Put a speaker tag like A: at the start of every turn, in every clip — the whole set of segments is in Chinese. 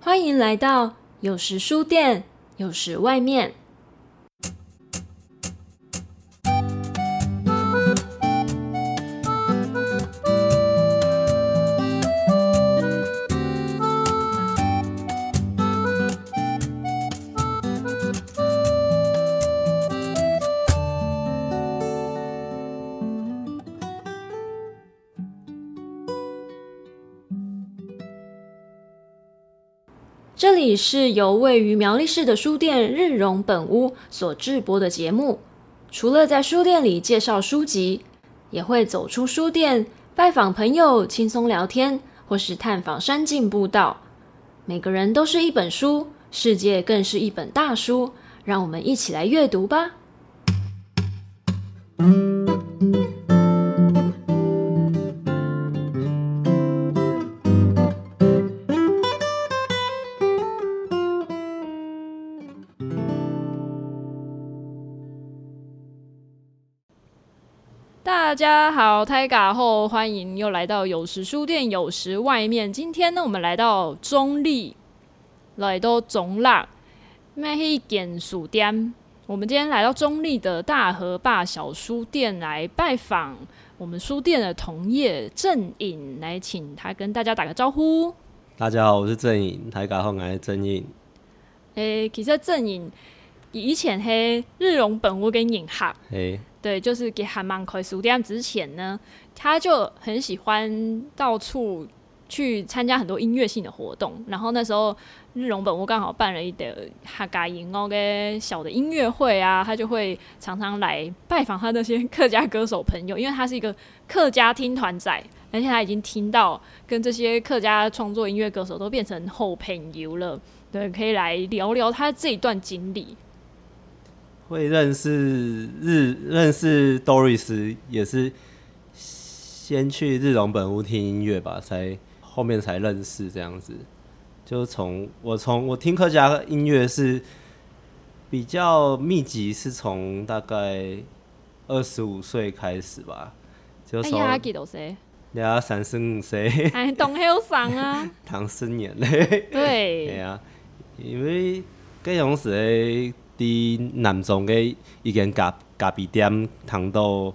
A: 欢迎来到有时书店，有时外面。这里是由位于苗栗市的书店日荣本屋所制播的节目。除了在书店里介绍书籍，也会走出书店拜访朋友，轻松聊天，或是探访山径步道。每个人都是一本书，世界更是一本大书。让我们一起来阅读吧。
B: 大家好，泰嘎后欢迎又来到有时书店，有时外面。今天呢，我们来到中立，来到中辣，卖一点书店。我们今天来到中立的大河坝小书店来拜访我们书店的同业郑颖，来请他跟大家打个招呼。
C: 大家好，我是郑颖，台港后来郑颖。
B: 诶、其实郑颖以前嘿日荣本我跟颖哈，
C: 诶、
B: 对，就是给韩漫开书店之前呢，他就很喜欢到处去参加很多音乐性的活动。然后那时候日荣本屋刚好办了一个哈嘎营哦跟小的音乐会啊，他就会常常来拜访他那些客家歌手朋友，因为他是一个客家听团仔，而且他已经听到跟这些客家创作音乐歌手都变成后朋友了。对，可以来聊聊他这一段经历。
C: 会认识日认识 Doris 也是先去日荣本屋听音乐吧，才后面才认识这样子。就从我从我听客家音乐是比较密集，是从大概二十五岁开始吧，就
B: 哎
C: 从
B: 呀，记得谁？
C: 两家三十五岁
B: 哎，董黑桑啊，
C: 唐僧年嘞。
B: 对
C: 系，啊，因为嗰种时咧，伫南庄嘅已经咖咖啡店通到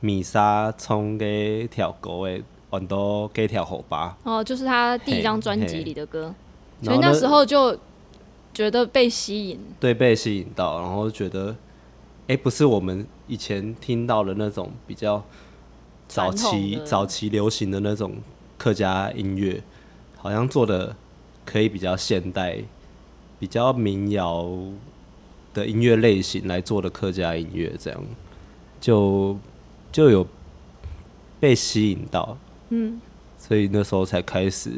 C: 面纱创嘅条歌嘅，很多几条河吧。
B: 哦，就是他第一张专辑里的歌，所以
C: 然
B: 那
C: 后呢
B: 时候就觉得被吸引。
C: 对被吸引到，然后觉得，哎、不是我们以前听到的那种比较早
B: 传
C: 期
B: 统的
C: 早期流行的那种客家音乐，好像做的可以比较现代、比较民谣的音乐类型来做的客家音乐，这样就就有被吸引到，
B: 嗯，
C: 所以那时候才开始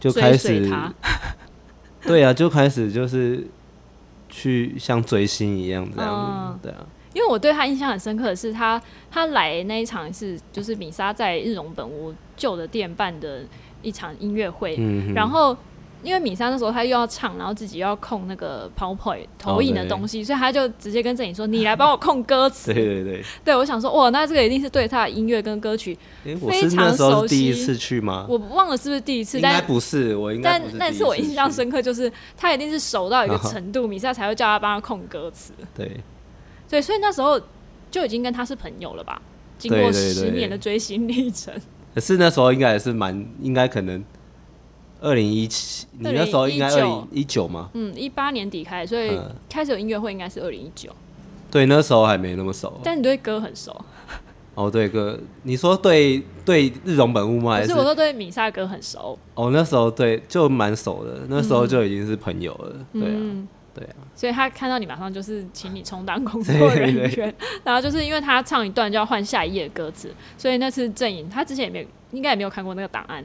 C: 就开
B: 追随
C: 始
B: 他，
C: 对啊，就开始就是去像追星一样这样，
B: 嗯
C: 对啊，
B: 因为我对他印象很深刻的是他，他来那一场是就是米莎在日荣本屋旧的店办的一场音乐会，
C: 嗯哼，
B: 然后因为米莎那时候她又要唱，然后自己又要控那个 PowerPoint 投影的
C: 哦对
B: 东西，所以他就直接跟郑颖说：“你来帮我控歌词。
C: 对对对，
B: 对，我想说，哇，那这个一定是对他的音乐跟歌曲，
C: 诶我
B: 非
C: 是
B: 常
C: 那时候
B: 熟
C: 是第一
B: 悉
C: 次去吗？
B: 我忘了是不是第一次，
C: 应
B: 但
C: 该不是，我应该
B: 但
C: 不是
B: 那
C: 第一
B: 次我印象
C: 去，啊
B: 深刻，就是他一定是熟 到一个程度，米莎才会叫他帮他控歌词。
C: 对
B: 对，所以那时候就已经跟他是朋友了吧？经
C: 对
B: 过
C: 对
B: 十
C: 对
B: 年的追星历程，
C: 可是那时候应该也是蛮，应该可能二零一七，你那时候应该二
B: 2019
C: 零一九吗？
B: 嗯，一八年底开，所以
C: 嗯哦
B: 开始有音乐会应该是二零一九。
C: 对，那时候还没那么熟。
B: 但你对歌很熟，
C: 哦，对哥，你说对对日荣本屋吗？
B: 可
C: 还
B: 是我都对米莎歌很熟，
C: 哦，那时候对就蛮熟的，那时候就已经是朋友了。对啊，
B: 嗯，
C: 对啊，
B: 所以他看到你马上就是请你充当工作
C: 对对
B: 人员，
C: 对
B: 然后就是因为他唱一段就要换下一页的歌词，所以那次郑颖他之前也没有，应该也没有看过那个档案，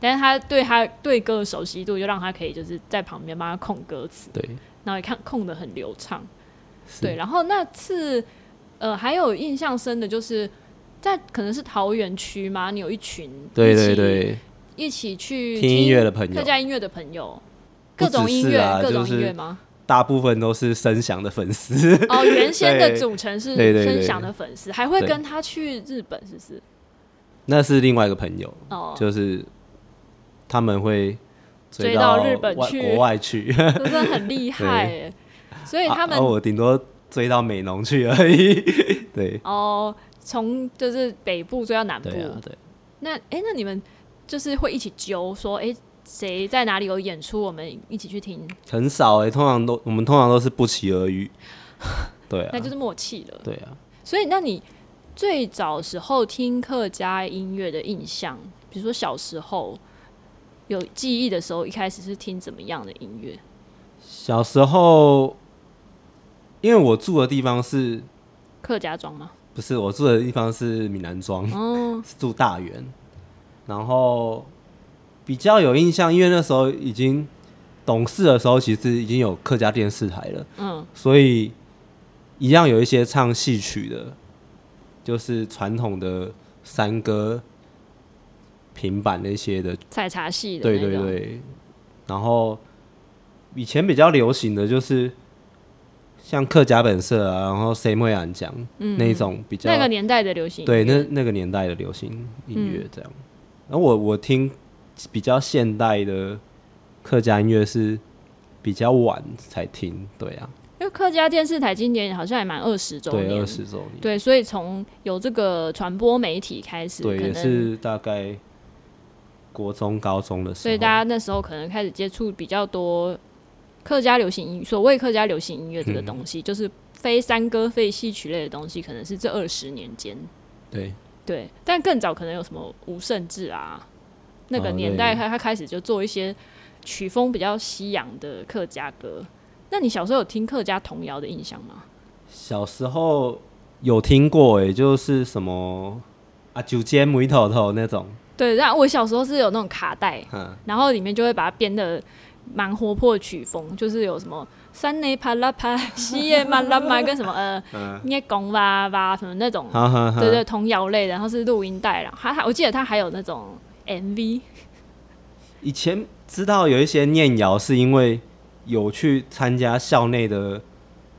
B: 但是他对他对歌的熟悉度就让他可以就是在旁边帮他控歌词，
C: 对，
B: 然后也看控的很流畅，
C: 是
B: 对，然后那次呃还有印象深的就是在可能是桃园区嘛，你有一群
C: 对
B: 一起
C: 对对，
B: 一起去
C: 听音乐的朋友
B: 客家音乐的朋友。
C: 不
B: 各种
C: 只
B: 音
C: 是
B: 乐，
C: 啊
B: 各
C: 就
B: 种音
C: 是
B: 乐吗？
C: 大部分都是声响的粉丝。
B: 哦，原先的
C: 对
B: 组成是
C: 对对对
B: 声响的粉丝，还会
C: 对
B: 跟他去日本，是不是？
C: 那是另外一个朋友，
B: 哦，
C: 就是他们会
B: 追
C: 到
B: 到日本
C: 外
B: 去
C: 国外去。
B: 这真的很厉害耶。所以他们
C: 啊啊我顶多追到美浓去而已。 对，
B: 哦，从就是北部追到南部。
C: 对啊，对。
B: 那哎、诶那你们就是会一起揪说，哎、谁在哪里有演出，我们一起去听，
C: 很少哎、通常都我们通常都是不期 而遇。对
B: 那
C: 啊
B: 就，是默契了。
C: 对啊，
B: 所以，那你最早时候听客家音乐的印象，比如说小时候有记忆的时候，一开始是听怎么样的音乐？
C: 小时候，因为我住的地方是
B: 客家庄吗？
C: 不是我住的地方是闽南庄，
B: 哦，
C: 是住大园，然后比较有印象，因为那时候已经懂事的时候，其实已经有客家电视台了，
B: 嗯，
C: 所以一样有一些唱戏曲的，就是传统的山歌、平板那些的
B: 采茶戏的
C: 对
B: 那种。
C: 对对，然后以前比较流行的就是像客家本色啊，然后谁会俺讲那一种比较
B: 嗯那个年代的流行音
C: 对
B: 乐
C: 那那个年代的流行音
B: 嗯
C: 乐这样。然后我我听比较现代的客家音乐是比较晚才听，对啊，
B: 因为客家电视台今年好像也满二十周
C: 对
B: 年，
C: 二十周年，
B: 对，所以从有这个传播媒体开始，
C: 对
B: 可
C: 也
B: 能
C: 是大概国中高中的时候，
B: 所以大家那时候可能开始接触比较多客家流行音，所谓客家流行音乐这个
C: 嗯
B: 东西，就是非山歌、非戏曲类的东西，可能是这二十年间。
C: 对
B: 对，但更早可能有什么吴胜志啊，那个
C: 哦
B: 年
C: 对
B: 代他他开始就做一些曲风比较西洋的客家歌。那你小时候有听客家童谣的印象吗？
C: 小时候有听过、欸，就是什么啊，九间梅头头那种，
B: 对，但我小时候是有那种卡带，
C: 嗯，
B: 然后里面就会把它编的蛮活泼的曲风，就是有什么山内啪啦 啪，西耶嘛啦嘛，跟什么呃捏拱哇哇什么那种，
C: 嗯哈哈哈，
B: 对对，童谣类的，然后是录音带啦，然后还我记得它还有那种 MV，
C: 以前知道有一些念谣是因为有去参加校内的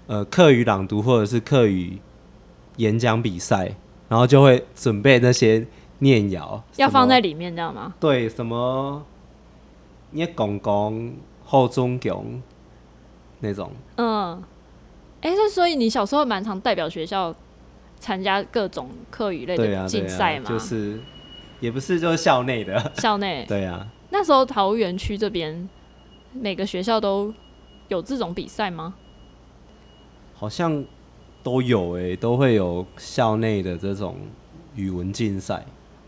C: 呃课语朗读或者是课语演讲比赛，然后就会准备那些念谣，
B: 要
C: 什么
B: 放在里面，知道吗？
C: 对什么捏公公后中囧那种，
B: 嗯，哎，那所以你小时候蛮常代表学校参加各种课语类
C: 对
B: 的
C: 啊，
B: 竞
C: 对
B: 赛
C: 啊，
B: 嘛？
C: 就是也不是就是校内的，
B: 校内
C: 对啊。
B: 那时候桃园区这边每个学校都有这种比赛吗？
C: 好像都有诶、都会有校内的这种语文竞赛。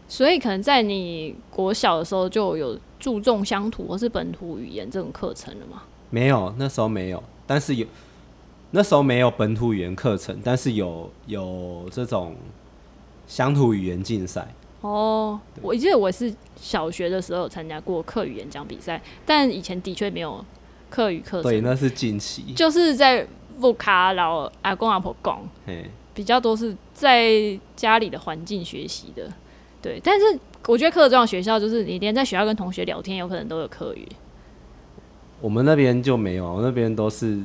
B: 所以可能在你国小的时候就有注重乡土或是本土语言这种课程了嘛？
C: 没有，那时候没有，但是有那时候没有本土语言课程，但是有有这种乡土语言竞赛。
B: 哦，我记得我是小学的时候有参加过课语演讲比赛，但以前的确没有课语课
C: 对，
B: 程，
C: 那是近期。
B: 就是在布卡老阿公阿婆讲，
C: 嘿，
B: 比较多是在家里的环境学习的。对，但是我觉得客庄学校就是你连在学校跟同学聊天，有可能都有课语，
C: 我们那边就没有，我那边都是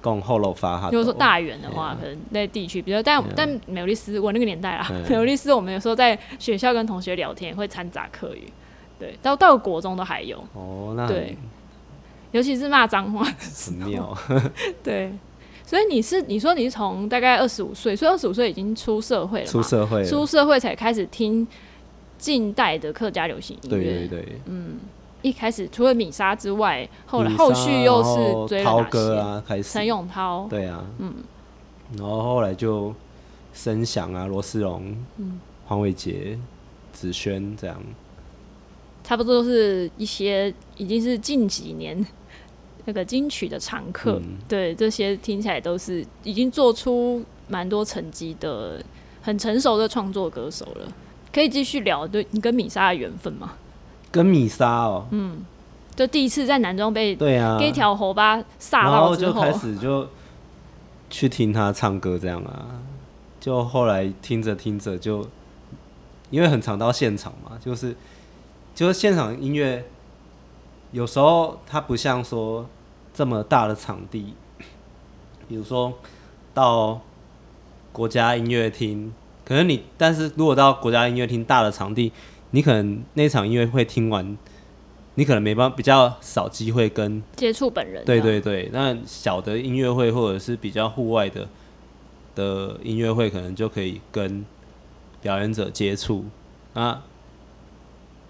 C: 供后楼发哈。
B: 如果说大园的
C: 哎
B: 话，可能在地区比较，但但美丽斯我那个年代啦，
C: 嗯
B: 美丽斯我们有时候在学校跟同学聊天会掺杂客语，对，到到国中都还有，
C: 哦，那
B: 对
C: 很
B: 尤其是骂脏话，
C: 很妙。
B: 对，所以你是你说你是从大概二十五岁，所以二十五岁已经出社会了嘛，
C: 出社会了，
B: 出社会才开始听近代的客家流行音乐，
C: 对对对。
B: 一开始除了米莎之外，后来
C: 米莎
B: 后续又
C: 然后
B: 是追了
C: 涛
B: 哪些？
C: 哥啊，开始
B: 陈永涛，
C: 对啊，嗯，然后后来就声响啊，罗斯荣，嗯，黄伟杰、子轩这样，
B: 差不多都是一些已经是近几年那个金曲的常客。
C: 嗯
B: 对，这些听起来都是已经做出蛮多成绩的、很成熟的创作歌手了。可以继续聊对你跟米莎的缘分吗？
C: 跟米莎哦，嗯，
B: 就第一次在南庄被
C: 对啊，
B: 给一条猴巴煞
C: 然
B: 到
C: 后
B: 之
C: 就开始就去听他唱歌这样啊，就后来听着听着就，因为很常到现场嘛，就是就是现场音乐，有时候它不像说这么大的场地，比如说到国家音乐厅，可能你但是如果到国家音乐厅大的场地，你可能那场音乐会听完。你可能没办法比较少机会跟
B: 接触本人，
C: 对，对对，那小的音乐会或者是比较户外的的音乐会，可能就可以跟表演者接触，那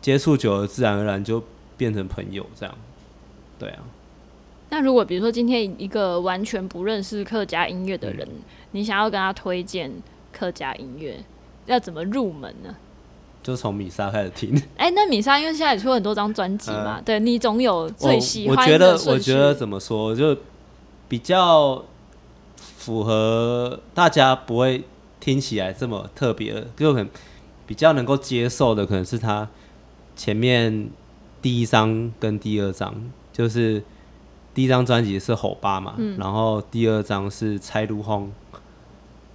C: 接触久了，自然而然就变成朋友这样。对啊，
B: 那如果比如说今天一个完全不认识客家音乐的人，
C: 嗯
B: 你想要跟他推荐客家音乐，要怎么入门呢？
C: 就从米莎开始听。
B: 哎、那米莎因为现在也出很多张专辑嘛，对你总有最喜
C: 我
B: 欢
C: 呃哦我
B: 的
C: 觉得，我
B: 顺序
C: 觉得怎么说，就比较符合大家不会听起来这么特别的，就可能比较能够接受的，可能是他前面第一张跟第二张，就是第一张专辑是《吼吧》嘛，
B: 嗯
C: 然后第二张是《拆路轰》，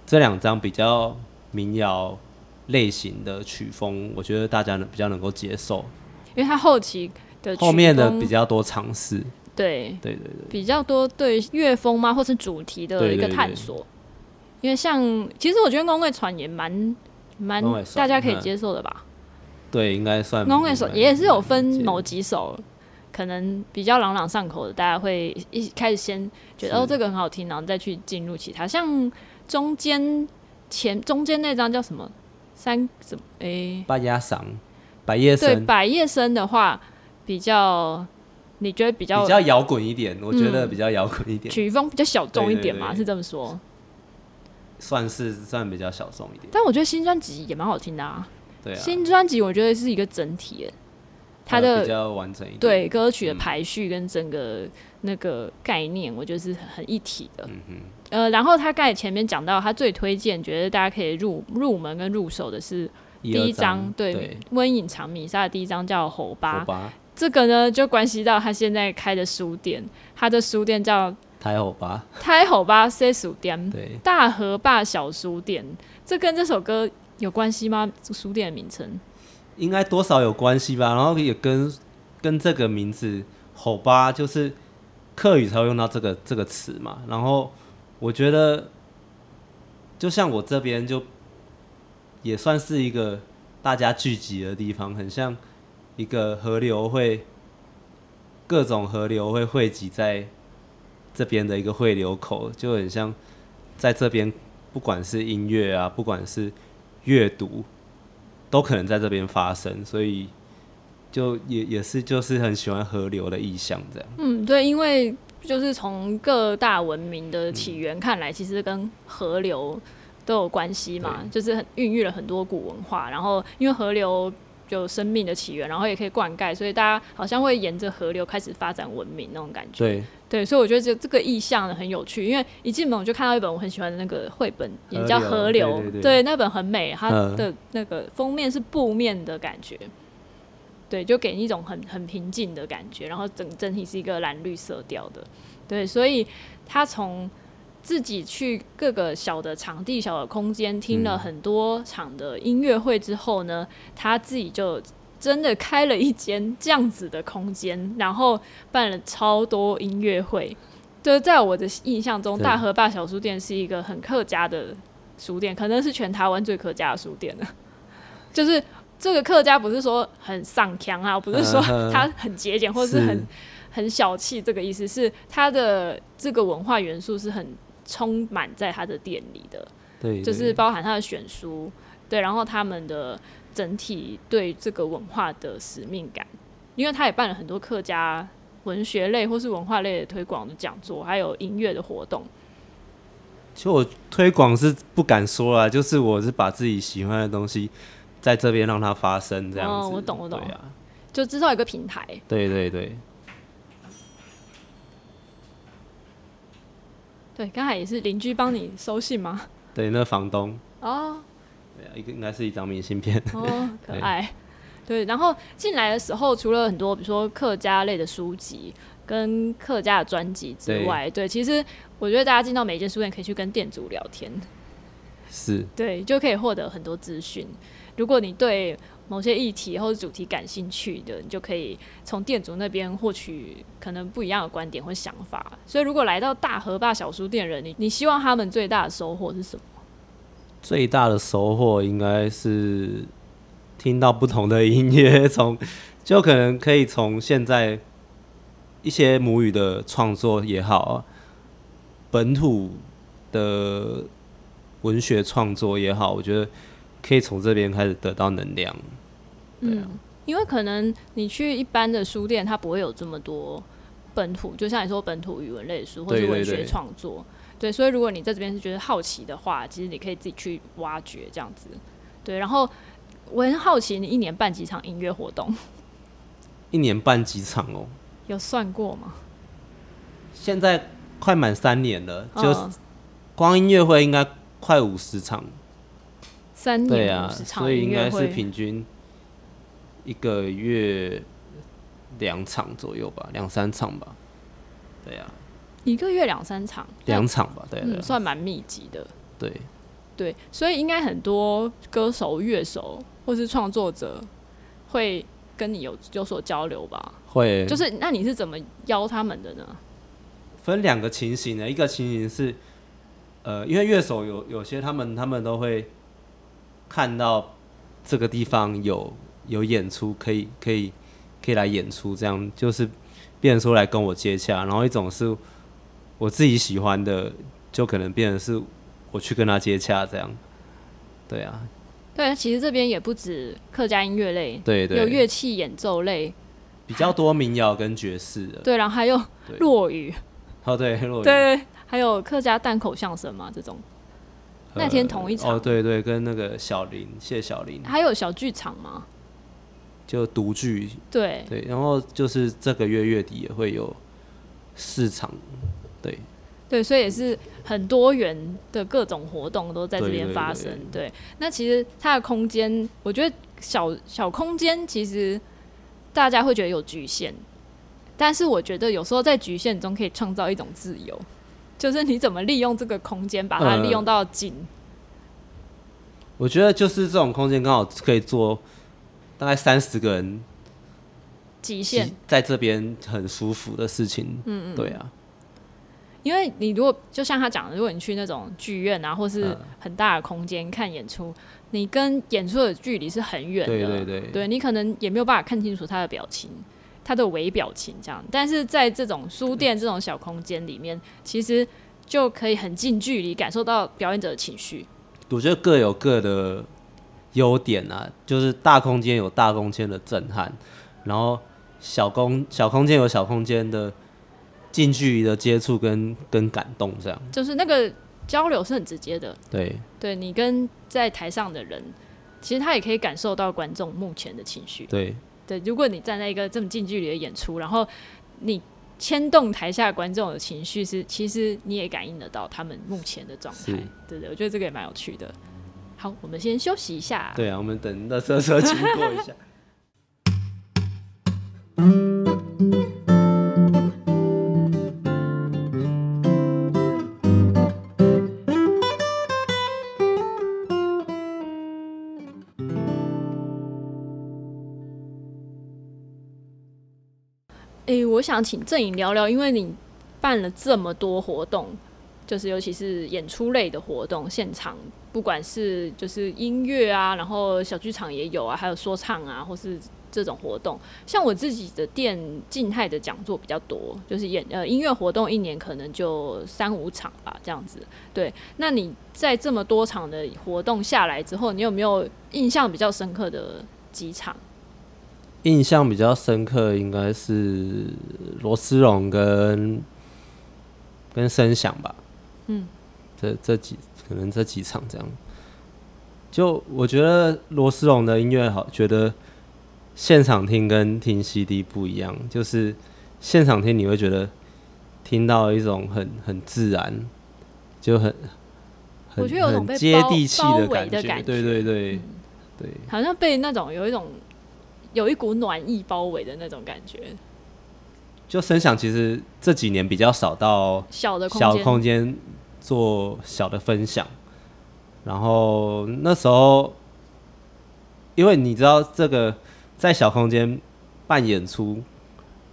C: 这两张比较民谣类型的曲风，我觉得大家能比较能够接受。
B: 因为他后期的
C: 后面的
B: 曲风
C: 比较多尝试，
B: 对
C: 对对对。
B: 比较多对乐风吗，或是主题的
C: 对
B: 一个
C: 对对
B: 探索。因为像其实我觉得公会传也蛮蛮
C: 公会传
B: 大家可以
C: 嗯
B: 接受的吧。
C: 对，应该算
B: 公会首
C: 蛮
B: 也是有分
C: 蛮
B: 某几首，可能比较朗朗上口的，大家会一开始先觉得
C: 是
B: 哦这个很好听，然后再去进入其他。像中间前中间那张叫什么三什么诶、
C: 八压嗓、百叶
B: 对
C: 生
B: 百叶生的话比较。你觉得比较
C: 比较摇滚一点，我觉得
B: 嗯
C: 比较摇滚一点，
B: 曲风比较小众一点嘛，
C: 对对对
B: 是这么说。
C: 算是算比较小众一点。
B: 但我觉得新专辑也蛮好听的啊。
C: 对啊，
B: 新专辑我觉得是一个整体耶，它
C: 呃比
B: 的
C: 较完整一点。
B: 对歌曲
C: 嗯
B: 的排序跟整个那个概念，我觉得是很很一体的。
C: 嗯哼，
B: 呃，然后他刚才前面讲到，他最推荐觉得大家可以入入门跟入手的是第
C: 二
B: 一
C: 张
B: 对
C: 对，
B: 《温隐藏米莎》的第一张叫《吼吧
C: 火》，吧，
B: 这个呢就关系到他现在开的书店，他的书店叫
C: 台火吧，
B: 太吼吧 C 书店，
C: 对，
B: 大河坝小书店，这跟这首歌有关系吗？书店的名称，
C: 应该多少有关系吧。然后也跟跟这个名字吼吧，就是客语才会用到这个这个词嘛。然后我觉得，就像我这边就也算是一个大家聚集的地方，很像一个河流会各种河流会汇集在这边的一个汇流口，就很像在这边，不管是音乐啊，不管是阅读，都可能在这边发生，所以。就也也是就是很喜欢河流的意象这样。
B: 嗯，对，因为就是从各大文明的起源看来，其实跟河流都有关系嘛，就是很孕育了很多古文化。然后因为河流有生命的起源，然后也可以灌溉，所以大家好像会沿着河流开始发展文明那种感觉。
C: 对，
B: 对，所以我觉得这这个意象很有趣，因为一进门我就看到一本我很喜欢的那个绘本，也叫《河
C: 河
B: 流
C: 流》，对对对
B: 那本很美，它
C: 嗯
B: 的那个封面是布面的感觉，对，就给你一种很很平静的感觉，然后整整体是一个蓝绿色调的，对，所以他从自己去各个小的场地、小的空间听了
C: 嗯
B: 很多场的音乐会之后呢，他自己就真的开了一间这样子的空间，然后办了超多音乐会。就是在我的印象中，
C: 对
B: 大河坝小书店是一个很客家的书店，可能是全台湾最客家的书店 了。就是这个客家不是说很上腔啊，不是说
C: 嗯嗯
B: 它很节俭或是很很小气，这个意思是它的这个文化元素是很充满在它的店里的，
C: 对，
B: 就是
C: 对
B: 包含它的选书，对，然后他们的整体对这个文化的使命感，因为他也办了很多客家文学类或是文化类的推广的讲座，还有音乐的活动，
C: 其实我推广是不敢说啦，就是我是把自己喜欢的东西在这边让它发生这样子。
B: 哦我懂我懂
C: 对啊，
B: 就至少有一个平台。
C: 对对对，
B: 对，刚才也是邻居帮你收信吗？
C: 对，那房东，
B: 哦，
C: 对啊一个应该是一张明信片。
B: 哦，可
C: 对
B: 爱。对，然后进来的时候，除了很多比如说客家类的书籍跟客家的专辑之外，对，其实我觉得大家进到每一间书店，可以去跟店主聊天，
C: 是，
B: 对，就可以获得很多资讯。如果你对某些议题或者主题感兴趣的，你就可以从店主那边获取可能不一样的观点或想法。所以，如果来到大河坝小书店的人，你你希望他们最大的收获是什么？
C: 最大的收获应该是听到不同的音乐，从就可能可以从现在一些母语的创作也好啊，本土的文学创作也好，我觉得可以从这边开始得到能量。
B: 嗯，因为可能你去一般的书店，它不会有这么多本土，就像你说本土语文类的书或
C: 对
B: 是
C: 对
B: 文学
C: 对
B: 创作，对，所以如果你在这边是觉得好奇的话，其实你可以自己去挖掘这样子，对。然后我很好奇，你一年办几场音乐活动，
C: 一年半几场哦，
B: 有算过吗？
C: 现在快满三年了，就
B: 嗯
C: 光音乐会应该快五十场，
B: 三
C: 对
B: 年
C: 啊，
B: 五十场
C: 所以
B: 音
C: 应
B: 乐
C: 该是
B: 会，
C: 平均一个月两场左右吧，两三场吧，对啊，
B: 一个月两三场，
C: 两场吧，对啊对
B: 嗯，
C: 啊
B: 算蛮密集的。
C: 对，
B: 对，所以应该很多歌手、乐手或是创作者会跟你有有所交流吧？
C: 会
B: 就是那你是怎么邀他们的呢？
C: 分两个情形呢，一个情形是，呃，因为乐手有有些他们他们都会看到这个地方有有演出，可以可以可以来演出，这样就是变成说来跟我接洽。然后一种是我自己喜欢的，就可能变成是我去跟他接洽这样。对啊，
B: 对，其实这边也不止客家音乐类，
C: 对对，
B: 有乐器演奏类，
C: 比较多民谣跟爵士的。
B: 对，然后还有
C: 对
B: 落语，
C: 哦，对，如果
B: 对对，对还有客家单口相声嘛这种，那天同一场啊
C: 哦，对对，跟那个小林谢小林
B: 还有小剧场嘛，
C: 就独剧
B: 对，
C: 对，然后就是这个月月底也会有市场，对，
B: 对，所以也是很多元的各种活动都在这边发生。
C: 对
B: 对那其实它的空间，我觉得小小空间其实大家会觉得有局限，但是我觉得有时候在局限中可以创造一种自由，就是你怎么利用这个空间，把它
C: 呃
B: 利用到尽。
C: 我觉得就是这种空间刚好可以做大概三十个人
B: 极
C: 集
B: 限，
C: 在这边很舒服的事情，嗯嗯，对啊，
B: 因为你如果就像他讲的，如果你去那种剧院啊，或是
C: 嗯
B: 很大的空间看演出，你跟演出的距离是很远的，
C: 对对对
B: 对你可能也没有办法看清楚他的表情，他的微表情这样。但是在这种书店这种小空间里面，其实就可以很近距离感受到表演者的情绪。
C: 我觉得各有各的优点啊，就是大空间有大空间的震撼，然后小空小空间有小空间的近距离的接触跟跟感动，这样
B: 就是那个交流是很直接的，
C: 对，
B: 对你跟在台上的人，其实他也可以感受到观众目前的情绪。
C: 对
B: 对，如果你站在一个这么近距离的演出，然后你牵动台下观众的情绪是，其实你也感应得到他们目前的状态
C: 是。
B: 对对，我觉得这个也蛮有趣的。好，我们先休息一下。
C: 对啊，我们等那车车经过一下。
B: 诶、我想请郑颖聊聊，因为你办了这么多活动，就是尤其是演出类的活动，现场不管是就是音乐啊，然后小剧场也有啊，还有说唱啊，或是这种活动。像我自己的店静态的讲座比较多，就是演呃音乐活动一年可能就三五场吧，这样子。对，那你在这么多场的活动下来之后，你有没有印象比较深刻的几场？
C: 印象比较深刻应该是罗斯荣跟跟声响吧，
B: 嗯，
C: 这这几可能这几场这样。就我觉得罗斯荣的音乐好，觉得现场听跟听 CD 不一样，就是现场听你会觉得听到一种很很自然，就很很
B: 我觉得有种
C: 很
B: 被
C: 接
B: 包
C: 地气
B: 包
C: 的
B: 围
C: 感
B: 的
C: 觉，
B: 感觉
C: 对
B: 嗯
C: 对对、对。
B: 好像被那种有一种有一股暖意包围的那种感觉，
C: 就声响其实这几年比较少到
B: 小的空
C: 小
B: 间，
C: 空间做小的分享，然后那时候，因为你知道这个在小空间办演出，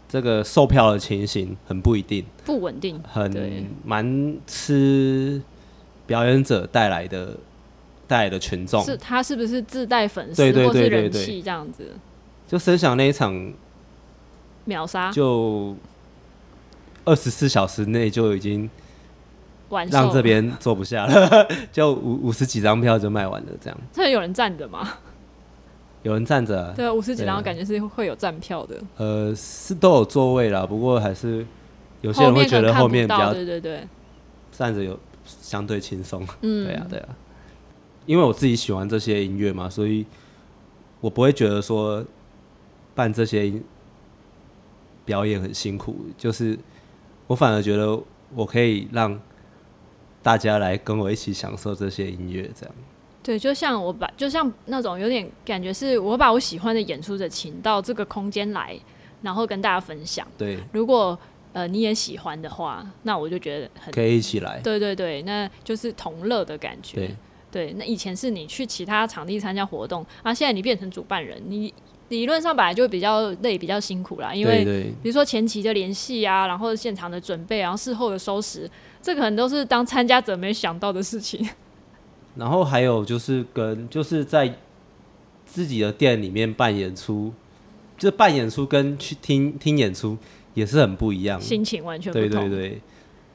C: 这个售票的情形很不一定，
B: 不稳定，对
C: 很蛮吃表演者带来的带来的群众，
B: 是他是不是自带粉丝
C: 对对
B: 或是
C: 对对
B: 人
C: 对
B: 气这样子？
C: 就声响那一场
B: 秒杀
C: 就二十四小时内就已经
B: 完售，
C: 让这边坐不下了， 就五五十几张票就卖完了，这样
B: 这有人站着 吗？
C: 有人站着啊，
B: 对，五十几
C: 对啊
B: 张感觉是会有站票的，
C: 呃，是都有座位啦，不过还是有
B: 有
C: 些人会觉得后面比较
B: 对对对，
C: 站着有相对轻松。
B: 嗯，
C: 对啊，对啊，因为我自己喜欢这些音乐嘛，所以我不会觉得说办这些音表演很辛苦，就是我反而觉得我可以让大家来跟我一起享受这些音乐，这样。
B: 对，就像我把，就像那种有点感觉是我把我喜欢的演出者请到这个空间来，然后跟大家分享。
C: 对，
B: 如果呃你也喜欢的话，那我就觉得很
C: 可以一起来。
B: 对对对，那就是同乐的感觉。
C: 对，
B: 对，那以前是你去其他场地参加活动，啊，现在你变成主办人，你理论上本来就比较累、比较辛苦啊啦，因
C: 对
B: 为
C: 对
B: 比如说前期的联系啊，然后现场的准备，然后事后的收拾，这可能都是当参加者没想到的事情。
C: 然后还有就是跟就是在自己的店里面办演出，就办演出跟去听听演出也是很不一样。
B: 心情完全不
C: 对
B: 同。
C: 对对，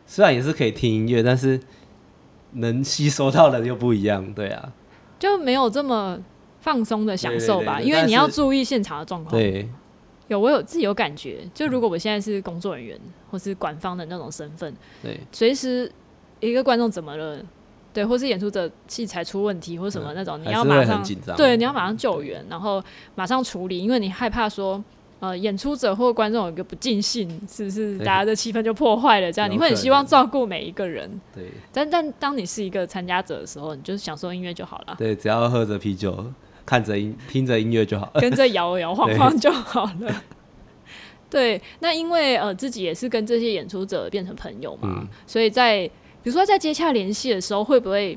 C: 虽然也是可以听音乐，但是能吸收到的又不一样。对啊，
B: 就没有这么放松的享受吧，
C: 对对对
B: 因为
C: 但
B: 你
C: 是
B: 要注意现场的状况。
C: 对
B: 有我有自己有感觉，就如果我现在是工作人员或是管方的那种身份，
C: 对
B: 随时一个观众怎么了，对，或是演出者器材出问题或什么那种，
C: 嗯
B: 你要
C: 还是会
B: 马
C: 很
B: 上
C: 紧张嗯
B: 对，你要马上救援，然后马上处理，因为你害怕说。呃，演出者或观众有一个不尽兴，是不是
C: 对
B: 大家的气氛就破坏了？这样
C: 有
B: 你会很
C: 可
B: 希望
C: 能
B: 照顾每一个人，
C: 对
B: 但但当你是一个参加者的时候，你就享受音乐就好了。
C: 对，只要喝着啤酒，看着音听着音乐就 好。
B: 跟着摇摇晃晃就好了。 对，那因为呃自己也是跟这些演出者变成朋友嘛，
C: 嗯
B: 所以在比如说在接洽联系的时候，会不会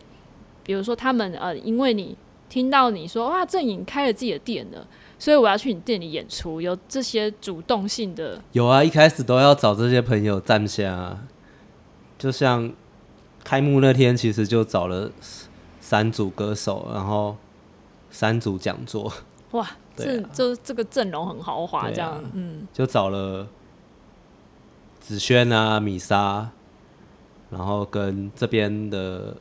B: 比如说他们呃因为你听到你说哇郑颖开了自己的店了，所以我要去你店里演出，有这些主动性的
C: 有啊，一开始都要找这些朋友站下、啊，就像开幕那天，其实就找了三组歌手，然后三组讲座，
B: 哇，
C: 对
B: 这
C: 啊
B: 这这个阵容很豪华，
C: 对啊
B: 这样、嗯，
C: 就找了子轩啊、米莎，然后跟这边的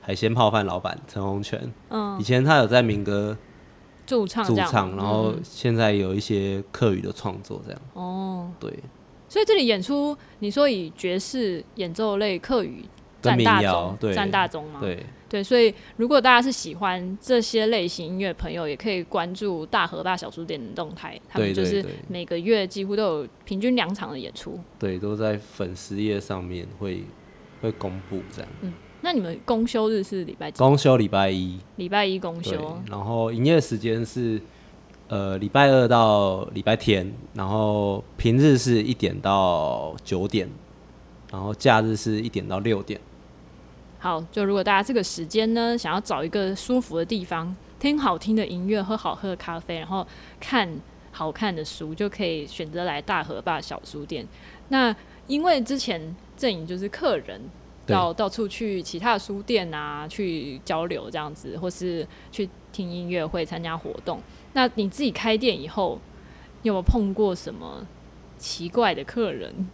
C: 海鲜泡饭老板陈洪泉，嗯，以前他有在民歌
B: 驻唱
C: 驻
B: 这样
C: 唱，然后
B: 嗯
C: 现在有一些客语的创作，这样
B: 哦，
C: 对，
B: 所以这里演出，你说以爵士演奏类客语
C: 跟
B: 占
C: 民
B: 大
C: 谣
B: 宗，
C: 对
B: 占大宗嘛，
C: 对，
B: 对，所以如果大家是喜欢这些类型音乐的朋友，也可以关注大河坝小书店的动态，他们
C: 对
B: 就
C: 对
B: 是
C: 对
B: 每个月几乎都有平均两场的演出。
C: 对，都在粉丝页上面会会公布这样。
B: 那你们公休日是礼拜几？
C: 公休礼拜一，
B: 礼拜一公
C: 对
B: 休，，
C: 然后营业时间是呃礼拜二到礼拜天，然后平日是一点到九点，然后假日是一点到六点。
B: 好，就如果大家这个时间呢，想要找一个舒服的地方，听好听的音乐，喝好喝的咖啡，然后看好看的书，就可以选择来大河坝小书店。那因为之前郑颖就是客人。
C: 对
B: 到到处去其他的书店啊，去交流这样子，或是去听音乐会、参加活动。那你自己开店以后，你有没有碰过什么奇怪的客人？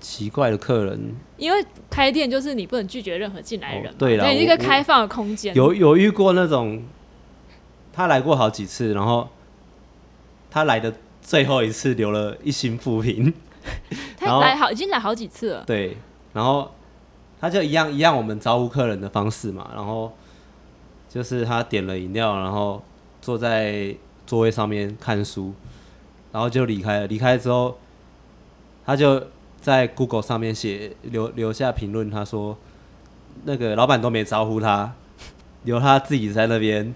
C: 奇怪的客人
B: 因为开店就是你不能拒绝任何进来的人嘛、
C: 哦对啦
B: 对，
C: 我
B: 一个开放的空间。
C: 有有遇过那种，他来过好几次，然后他来的最后一次留了一星负评，然
B: 他
C: 后
B: 来好已经来好几次了，
C: 对，然后他就一样一样我们招呼客人的方式嘛，然后就是他点了饮料，然后坐在座位上面看书，然后就离开了。离开之后，他就在 Google 上面写留留下评论，他说那个老板都没招呼他，留他自己在那边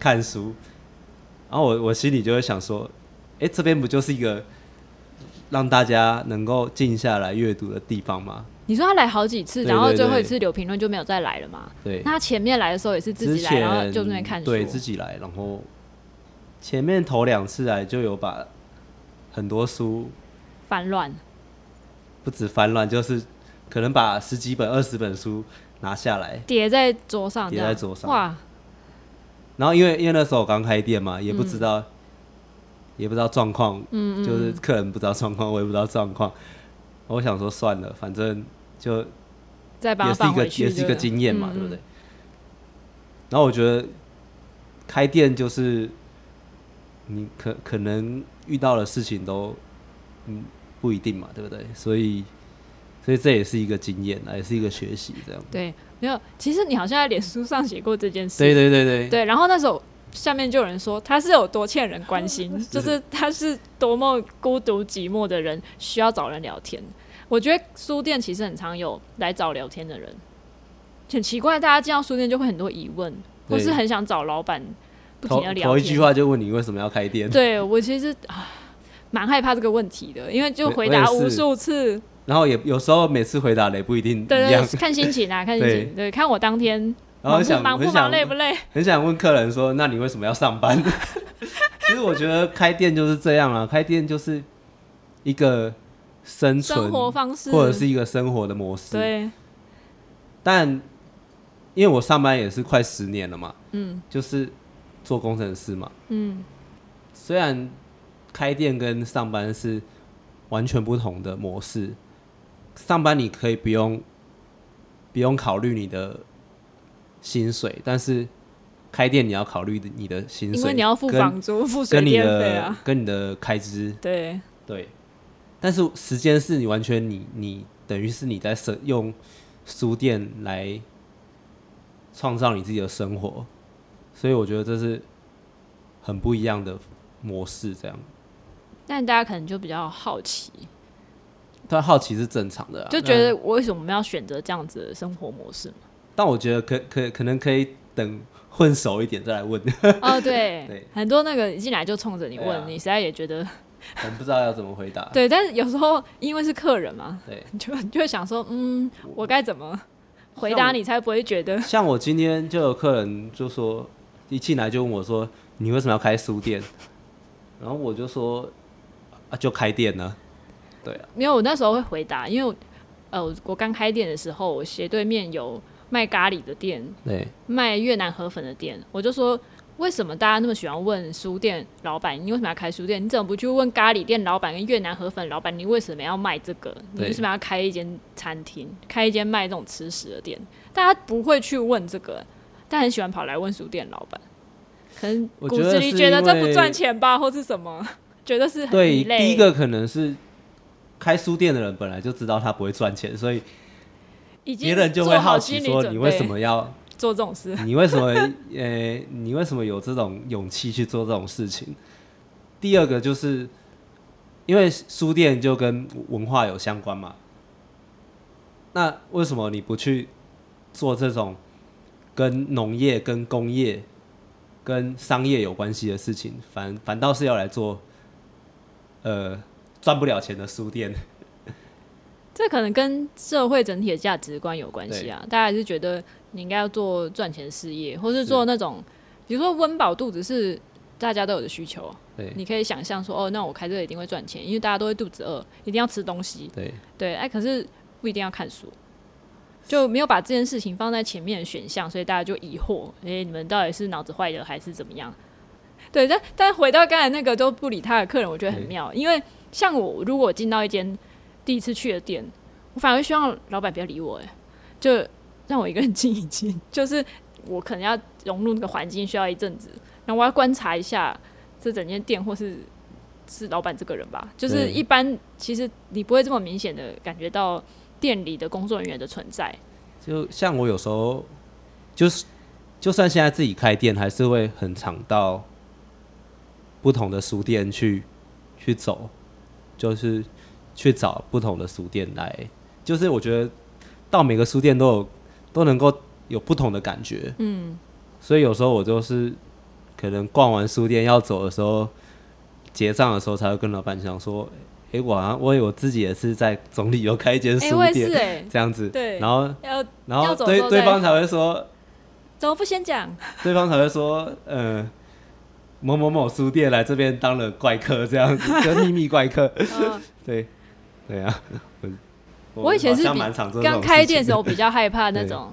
C: 看书。然后我我心里就会想说，哎、这边不就是一个让大家能够静下来阅读的地方吗？
B: 你说他来好几次，
C: 对
B: 然后
C: 对
B: 最后一
C: 对
B: 次留评论就没有再来了嘛？
C: 对，
B: 那他前面来的时候也是自
C: 之
B: 己来，
C: 前
B: 然后就在那边看书。
C: 对，自己来，然后前面头两次来就有把很多书
B: 翻乱，
C: 不止翻乱，就是可能把十几本、二十本书拿下来。
B: 叠在桌上这样，
C: 叠在桌上
B: 哇，嗯
C: 然后因为因为那时候我刚开店嘛，也不知道也不知道状况，嗯就是客人不知道状况，我也不知道状况。我想说算了，反正就
B: 再把它
C: 也是一
B: 放
C: 个
B: 回去
C: 也是一个
B: 就
C: 经验嘛，
B: 嗯
C: 对不
B: 嗯
C: 对？然后我觉得开店就是你可可能遇到的事情都嗯不一定嘛，对不对？所以所以这也是一个经验啊，也是一个学习，这样。
B: 对，没有。其实你好像在脸书上写过这件事，
C: 对对对对
B: 对，然后那时候下面就有人说他是有多欠人关 心，就是他是多么孤独寂寞的人，需要找人聊天。我觉得书店其实很常有来找聊天的人，很奇怪，大家进到书店就会很多疑问，或是
C: 对
B: 很想找老板不
C: 头
B: 停的聊天。
C: 头一句话就问你为什么要开店，
B: 对我其实啊蛮害怕这个问题的，因为就
C: 我
B: 回
C: 我也
B: 答无
C: 是
B: 数次，
C: 然后也有时候每次回答的也不一定一
B: 对
C: 样
B: 对，，看心情啊，看心
C: 对
B: 情，对，看我当天
C: 然
B: 忙
C: 后很
B: 不
C: 想
B: 忙
C: 很
B: 不忙，
C: 想
B: 累不累？
C: 很想问客人说：“那你为什么要上班？” 其实我觉得开店就是这样啊，开店就是一个生存
B: 生活方式
C: 或者是一个生活的模式。
B: 对，
C: 但因为我上班也是快十年了嘛，
B: 嗯
C: 就是做工程师嘛，
B: 嗯，
C: 虽然开店跟上班是完全不同的模式，上班你可以不用不用考虑你的薪水，但是开店你要考虑你的薪水，
B: 因为你要付
C: 跟
B: 房租、付水
C: 跟你
B: 电费
C: 的、
B: 啊，
C: 跟你的开支，
B: 对
C: 对。但是时间是你完全你你等于是你在生用书店来创造你自己的生活，所以我觉得这是很不一样的模式。这样，
B: 但大家可能就比较好奇，
C: 但好奇是正常的、啊，
B: 就觉
C: 那。
B: 得为什么我们要选择这样子的生活模式 嘛？
C: 但我觉得可可可能可以等混熟一点再来问，
B: 哦，对
C: 对，
B: 很多那个一进来就冲着你
C: 对啊
B: 问，你实在也觉得
C: 我不知道要怎么回答。
B: 对，但是有时候因为是客人嘛，
C: 对
B: 你就你就会想说，嗯，我该怎么回答你才不会觉得
C: 像我今天就有客人就说，一进来就问我说：“你为什么要开书店？”然后我就说：“啊，就开店呢、对啊，
B: 没有，我那时候会回答，因为我呃，我我刚开店的时候，我斜对面有卖咖喱的店，
C: 对
B: 卖越南河粉的店，我就说。为什么大家那么喜欢问书店老板，你为什么要开书店？你怎么不去问咖喱店老板跟越南河粉老板，你为什么要卖这个？你
C: 对
B: 为什么要开一间餐厅，开一间卖这种吃食的店？大家不会去问这个，但很喜欢跑来问书店老板。可能
C: 我
B: 骨
C: 觉得
B: 子里
C: 是
B: 觉得
C: 因
B: 这不
C: 为
B: 赚钱吧，或是什么， 觉得是很
C: 对，
B: 异类
C: 第一个可能是开书店的人本来就知道他不会赚钱，所以
B: 已经
C: 别人就会
B: 做好
C: 好
B: 心
C: 奇
B: 理
C: 说
B: 准
C: 你为
B: 备
C: 什么要，
B: 做这种事。
C: 你为什么，呃，你为什么有这种勇气去做这种事情？第二个就是因为书店就跟文化有相关嘛，那为什么你不去做这种跟农业、跟工业、跟商业有关系的事情，反反倒是要来做，呃，赚不了钱的书店？
B: 这可能跟社会整体的价值观有关系啊。大家还是觉得你应该要做赚钱事业，或是做那种，比如说温饱肚子是大家都有的需求。
C: 对
B: 你可以想象说，哦，那我开这个一定会赚钱，因为大家都会肚子饿，一定要吃东西。
C: 对，
B: 对，哎，可是不一定要看书，就没有把这件事情放在前面的选项，所以大家就疑惑，哎，你们到底是脑子坏了还是怎么样？对，但但回到刚才那个都不理他的客人，我觉得很
C: 对
B: 妙，因为像我如果进到一间第一次去的店，我反而希望老板不要理我，哎，就让我一个人静一静， 就是我可能要融入那个环境需要一阵子，然后我要观察一下这整间店或是是老板这个人吧，就是
C: 对
B: 一般其实你不会这么明显的感觉到店里的工作人员的存在，
C: 就像我有时候，就是就算现在自己开店，还是会很常到不同的书店去去走，就是去找不同的书店来。就是我觉得到每个书店都有都能够有不同的感觉，嗯，所以有时候我就是可能逛完书店要走的时候，结账的时候才会跟老板讲说。诶，我好像我以为我自己也是在总理有开一间
B: 哎、
C: 书
B: 我也
C: 店
B: 是，哎、
C: 这样子，
B: 对
C: 然后
B: 要
C: 然后
B: 要走的
C: 对
B: 时候
C: 对
B: 再
C: 方才会说，
B: 怎么不先讲？
C: 对方才会说，呃，某某某书店来这边当了怪客，这样子，就秘密怪客。
B: 嗯
C: 对，对啊，我
B: 我以前是
C: 好像
B: 比
C: 蛮常做这
B: 刚
C: 种
B: 开
C: 事
B: 店的
C: 情
B: 时候，我比较害怕那
C: 对
B: 种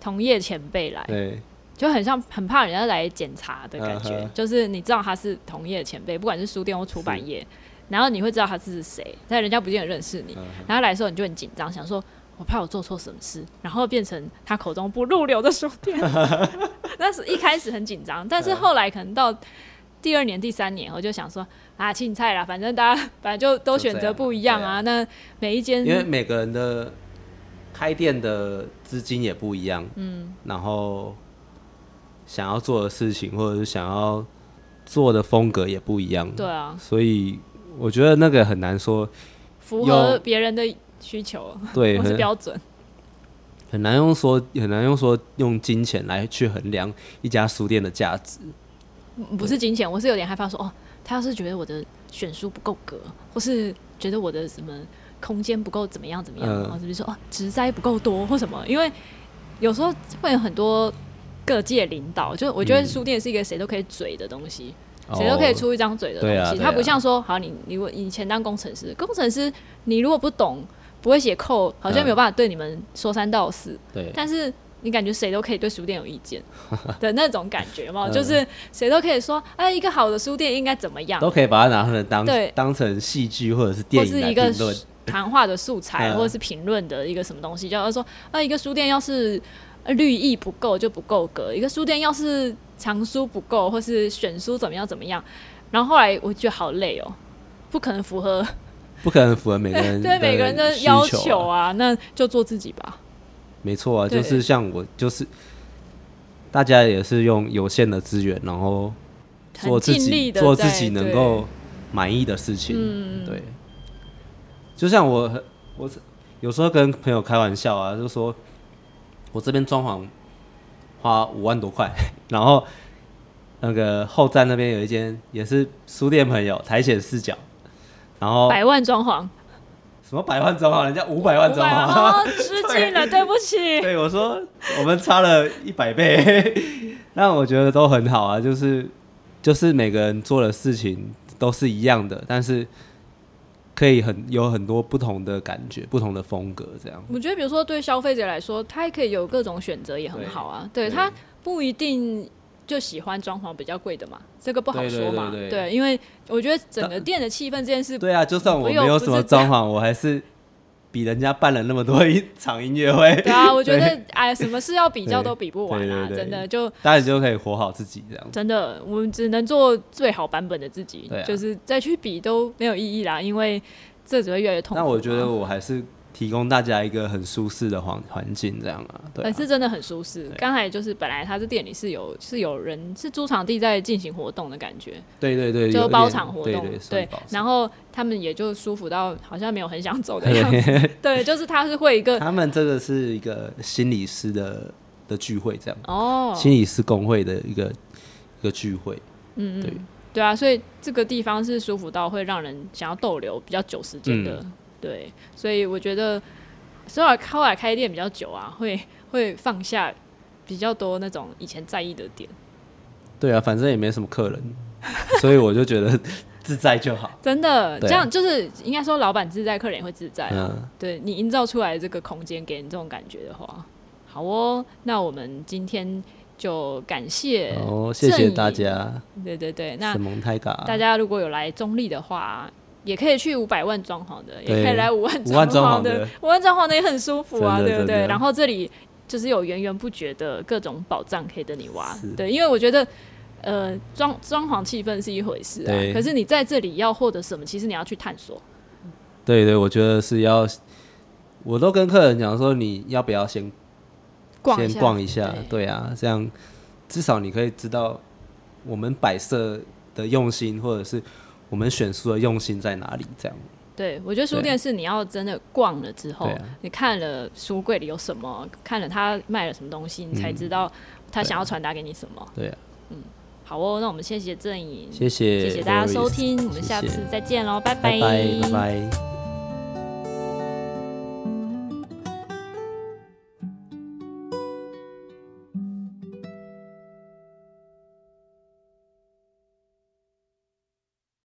B: 同业前辈来，
C: 对
B: 就很像很怕人家来检查的感觉
C: 嗯哼
B: 就是你知道他是同业的前辈，不管是书店或出版业，然后你会知道他是谁，但人家不见得认识你，
C: 嗯
B: 然后来的时候你就很紧张，想说我怕我做错什么事，然后变成他口中不入流的书店。但是一开始很紧张，但
C: 嗯
B: 是后来可能到第二年、第三年，我就想说啊，青菜啦，反正大家反正就都选择不一样啊，那每一间
C: 因为每个人的开店的资金也不一样，嗯，然后想要做的事情或者是想要做的风格也不一样，
B: 对，啊，
C: 所以我觉得那个很难说，
B: 符合
C: 有嗯
B: 别人的需求
C: 对，
B: 或是
C: 很
B: 标准，
C: 很难用说很难用说用金钱来去衡量一家书店的价值，嗯
B: 不是金钱，我是有点害怕说哦，他要是觉得我的选书不够格，或是觉得我的什么空间不够怎么样怎么样，
C: 嗯
B: 然后是不是说哦植栽不够多或什么？因为有时候会有很多各界领导，就我觉得
C: 嗯
B: 书店是一个谁都可以嘴的东西，谁都可以
C: 哦
B: 出一张嘴的东
C: 对啊
B: 西。
C: 对
B: 它不
C: 啊
B: 像说，好，你你我以前当工程师，工程师你如果不懂，不会写扣，好像没有办法对你们说三道四。
C: 对，
B: 但是你感觉谁都可以对书店有意 见的那种感觉
C: 嗯
B: 嘛，就是谁都可以说，哎，一个好的书店应该怎么样，
C: 都可以把它拿成当
B: 对
C: 当成戏剧或者是
B: 或
C: 电
B: 是
C: 影来
B: 一个
C: 评论，
B: 谈话的素材，
C: 嗯
B: 或者是评论的一个什么东西，就是说，啊，一个书店要是呃绿意不够就不够格，一个书店要是藏书不够，或是选书怎么样怎么样，然后后来我觉得好累 哦。不可能符合
C: 不可能符合每个 人
B: 对每个人的
C: 嗯需
B: 要
C: 求
B: 求啊，那就做自己吧。
C: 没错啊，
B: 对
C: 就是像我，就是大家也是用有限的资源，然后
B: 很
C: 做自
B: 尽力
C: 己
B: 地
C: 做
B: 在
C: 自己能
B: 对
C: 够满意的事情。
B: 嗯
C: 对，就像我很，我有时候跟朋友开玩笑啊，就说我这边装潢花五万多块， 然后那个后站那边有一间也是书店朋友苔藓视角，然后
B: 百万装潢，
C: 什么百万装潢，人家五哦百万装潢。
B: 哦，失敬了，对不起。
C: 对，我说我们差了一百倍， 那我觉得都很好啊，就是就是每个人做的事情都是一样的，但是可以很有很多不同的感觉、不同的风格，这样
B: 我觉得，比如说对消费者来说，他也可以有各种选择，也很好啊。对
C: 对
B: 他不一定就喜欢装潢比较贵的嘛，这个不好说嘛。
C: 对对对对
B: 因为我觉得整个店的气氛这件事，
C: 对啊，就算我
B: 不
C: 没
B: 用
C: 有
B: 不
C: 什么
B: 是这
C: 装潢，我还是比人家办了那么多一 场音乐会，
B: 对啊，我觉
C: 对
B: 得哎，什么事要比较都比不完啊，
C: 对对对对
B: 真的就。
C: 大家就可以活好自己这样。
B: 真的，我们只能做最好版本的自己，
C: 对啊
B: 就是再去比都没有意义啦，因为这只会越来越痛苦嘛。
C: 那我觉得我还是提供大家一个很舒适的环环境，这样啊，对
B: 呃，
C: 啊
B: 是真的很舒适。刚才就是本来他是店里是有是有人是租场地在进行活动的感觉，
C: 对对对，
B: 就
C: 有
B: 包
C: 点
B: 场活
C: 对
B: 动，
C: 对，
B: 对
C: 算包，场
B: 然后他们也就舒服到好像没有很想走 的
C: 对
B: 样子，对，就是他是会一 个
C: 他们这个是一个心理师的的聚会，这样、
B: 哦，
C: 心理师工会的一个一个聚会。嗯对，
B: 对啊，所以这个地方是舒服到会让人想要逗留比较久时间的，
C: 嗯
B: 对，所以我觉得虽然后来开店比较久啊，会会放下比较多那种以前在意的点，
C: 对啊，反正也没什么客 人，所以我就觉得自在就好。
B: 真的，
C: 对啊
B: 这样就是应该说老板自在，客人也会自在啊、
C: 嗯，
B: 对你营造出来的这个空间给你这种感觉的话，好哦。那我们今天就感谢
C: 哦，谢谢大
B: 郑颖。
C: 家，
B: 对对对，那
C: 沈蒙泰嘎，
B: 大家如果有来中立的话，也可以去五百万装潢的，也
C: 对
B: 可以来五万
C: 五
B: 装
C: 万装
B: 潢
C: 潢
B: 的
C: 的，
B: 五万装潢的也很舒服啊，
C: 真的
B: 对不
C: 真
B: 对？
C: 的
B: 然后这里就是有源源不绝的各种宝藏可以等你挖
C: 是，
B: 对，因为我觉得。呃，装装潢气氛是一回事啊，
C: 对
B: 可是你在这里要获得什么，其实你要去探索。
C: 对对，我觉得是要，我都跟客人讲说，你要不要先
B: 逛一
C: 先
B: 下，
C: 逛一下
B: 对，
C: 对啊，这样至少你可以知道我们摆设的用心，或者是我们选书的用心在哪里，这样。
B: 对，我觉得书
C: 对
B: 店是你要真的逛了之后，
C: 对啊
B: 你看了书柜里有什么，看了他卖了什么东西，你才
C: 嗯
B: 知道他想要传达给你什么。
C: 对啊，
B: 好哦，那我们谢谢郑颖，
C: 谢谢，
B: 谢谢大家收
C: Boris
B: 听，我们下
C: 谢谢
B: 次再见喽，
C: 拜拜，拜拜。